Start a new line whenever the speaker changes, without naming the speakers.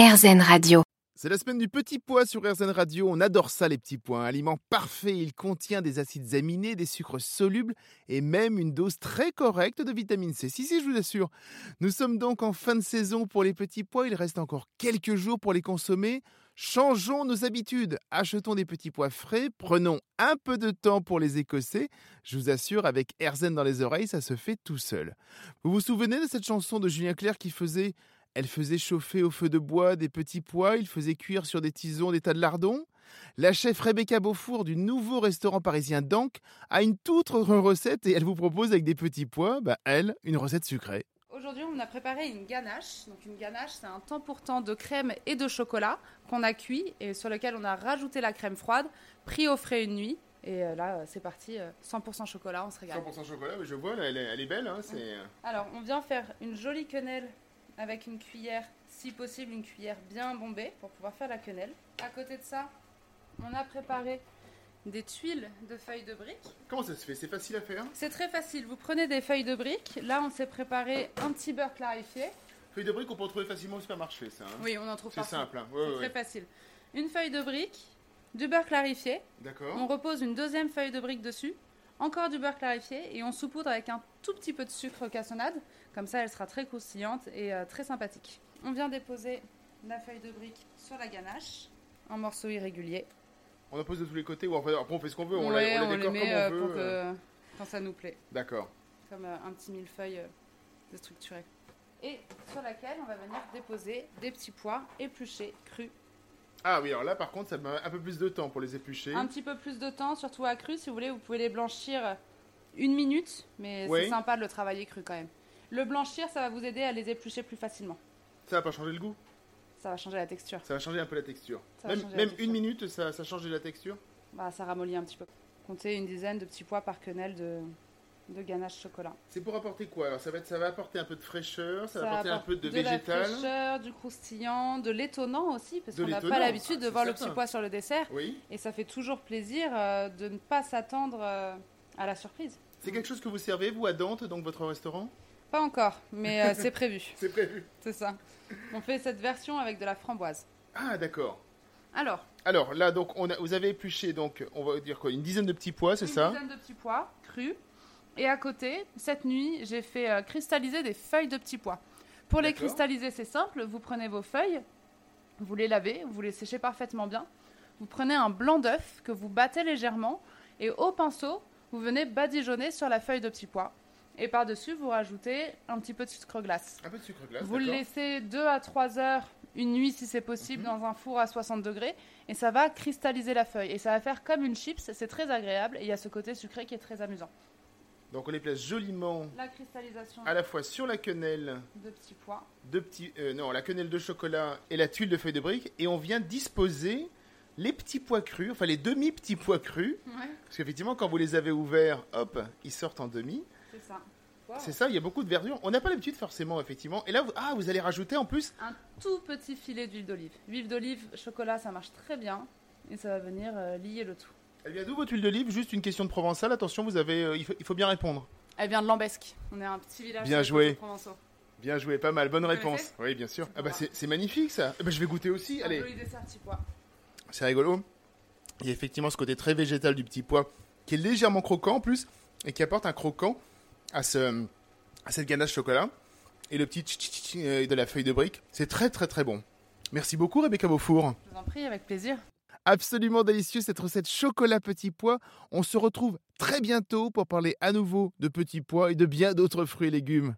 RZN Radio.
C'est la semaine du petit pois sur RZN Radio. On adore ça, les petits pois. Un aliment parfait. Il contient des acides aminés, des sucres solubles et même une dose très correcte de vitamine C. Si, si, je vous assure. Nous sommes donc en fin de saison pour les petits pois. Il reste encore quelques jours pour les consommer. Changeons nos habitudes. Achetons des petits pois frais. Prenons un peu de temps pour les écosser. Je vous assure, avec RZN dans les oreilles, ça se fait tout seul. Vous vous souvenez de cette chanson de Julien Clerc qui faisait elle faisait chauffer au feu de bois des petits pois, il faisait cuire sur des tisons des tas de lardons. La chef Rebecca Beaufour du nouveau restaurant parisien Dank a une toute autre recette et elle vous propose avec des petits pois, bah elle, une recette sucrée.
Aujourd'hui, on a préparé une ganache. Donc une ganache, c'est un temps pour temps de crème et de chocolat qu'on a cuit et sur lequel on a rajouté la crème froide, pris au frais une nuit. Et euh, là, euh, c'est parti, euh, 100% chocolat, on se régale.
100% chocolat, je vois, elle est, belle. hein, c'est... euh,
Alors, on vient faire une jolie quenelle avec une cuillère, si possible une cuillère bien bombée pour pouvoir faire la quenelle. À côté de ça, on a préparé des tuiles de feuilles de briques.
Comment ça se fait C'est facile à faire
C'est très facile, vous prenez des feuilles de briques. Là, on s'est préparé un petit beurre clarifié.
Feuilles de briques, on peut en trouver facilement au supermarché, ça. hein
Oui, on en trouve
C'est
partout.
simple. hein. Ouais,
C'est
ouais,
très
ouais.
facile. Une feuille de brique, du beurre clarifié. On
D'accord.
repose une deuxième feuille de brique dessus. Encore du beurre clarifié et on saupoudre avec un tout petit peu de sucre cassonade. Comme ça, elle sera très croustillante et euh, très sympathique. On vient déposer la feuille de brique sur la ganache en morceaux irréguliers.
On en pose de tous les côtés ou après, après, on fait ce qu'on veut, on,
Ouais,
la, on
on les
la décore
met
comme on
euh,
veut.
pour
euh,
que, quand ça nous plaît,
D'accord.
comme euh, un petit millefeuille euh, déstructuré. Et sur laquelle on va venir déposer des petits pois épluchés, crus.
Ah oui, alors là par contre, ça met un peu plus de temps pour les éplucher.
Un petit peu plus de temps, surtout à cru, si vous voulez, vous pouvez les blanchir euh, une minute, mais
Oui.
c'est sympa de le travailler cru quand même. Le blanchir, ça va vous aider à les éplucher plus facilement.
Ça va pas changer le goût
Ça va changer la texture.
Ça va changer un peu la texture.
Ça va
même
changer la
même
texture.
une minute, ça, ça change de la texture
Bah, ça ramollit un petit peu. Comptez une dizaine de petits pois par quenelle de, de ganache chocolat.
C'est pour apporter quoi Alors ça va, être- ça va apporter un peu de fraîcheur, ça, va
apporte
apporter un peu de,
la
végétal.
fraîcheur, du croustillant, de l'étonnant aussi, parce
De
qu'on n'a pas
l'étonnant,
l'habitude
ah,
de
c'est
voir le
certain.
petit pois sur le dessert.
Oui.
Et ça fait toujours plaisir euh, de ne pas s'attendre euh, à la surprise.
C'est quelque chose que vous servez, vous, à Dante, donc votre restaurant
Pas encore, mais euh, c'est prévu.
C'est prévu.
C'est ça. On fait cette version avec de la framboise.
Ah, d'accord.
Alors,
Alors là, donc, on a, vous avez épluché, donc, on va dire quoi Une dizaine de petits pois, c'est
une
ça
dizaine de petits pois crus. Et à côté, cette nuit, j'ai fait euh, cristalliser des feuilles de petits pois. Pour les
D'accord.
cristalliser, c'est simple. Vous prenez vos feuilles, vous les lavez, vous les séchez parfaitement bien. Vous prenez un blanc d'œuf que vous battez légèrement et au pinceau, vous venez badigeonner sur la feuille de petits pois. Et par-dessus, vous rajoutez un petit peu de sucre glace.
Un peu de sucre glace.
Vous le
d'accord. Mhm.
laissez 2 à 3 heures, une nuit si c'est possible, dans un four à 60 degrés, et ça va cristalliser la feuille. Et ça va faire comme une chips, c'est très agréable, et il y a ce côté sucré qui est très amusant.
Donc, on les place joliment,
La cristallisation
à la fois sur la quenelle
de petits pois.
de petits, euh, non, la quenelle de chocolat et la tuile de feuille de brique, et on vient disposer les petits pois crus, enfin les demi petits pois crus, parce qu'effectivement, quand vous les avez ouverts, hop, ils sortent en demi.
c'est ça.
C'est ça, il y a beaucoup de verdure. On n'a pas l'habitude forcément, effectivement. Et là, vous, ah, vous allez rajouter en plus.
Un tout petit filet d'huile d'olive. Huile d'olive, chocolat, ça marche très bien, et ça va venir euh, lier le tout.
Elle vient d'où votre huile d'olive Juste une question de provençal. Attention, vous avez, euh, il, faut, il faut bien répondre.
Elle vient de Lambesque. On est un petit village.
Bien
sur les
joué.
côtes provençaux.
Bien joué, pas mal. Bonne
Vous
réponse.
connaissez
Oui, bien sûr.
C'est
Ah bah
bon.
c'est c'est magnifique ça. Ah bah, je vais goûter aussi.
Un
Allez,
joli dessert petit pois.
c'est rigolo. Il y a effectivement ce côté très végétal du petit pois qui est légèrement croquant en plus et qui apporte un croquant à ce à cette ganache chocolat et le petit tch, tch, tch, euh, de la feuille de brique. C'est très très très bon. Merci beaucoup Rebecca Beaufour.
Je vous en prie, avec plaisir.
Absolument délicieux cette recette chocolat petit pois. On se retrouve très bientôt pour parler à nouveau de petits pois et de bien d'autres fruits et légumes.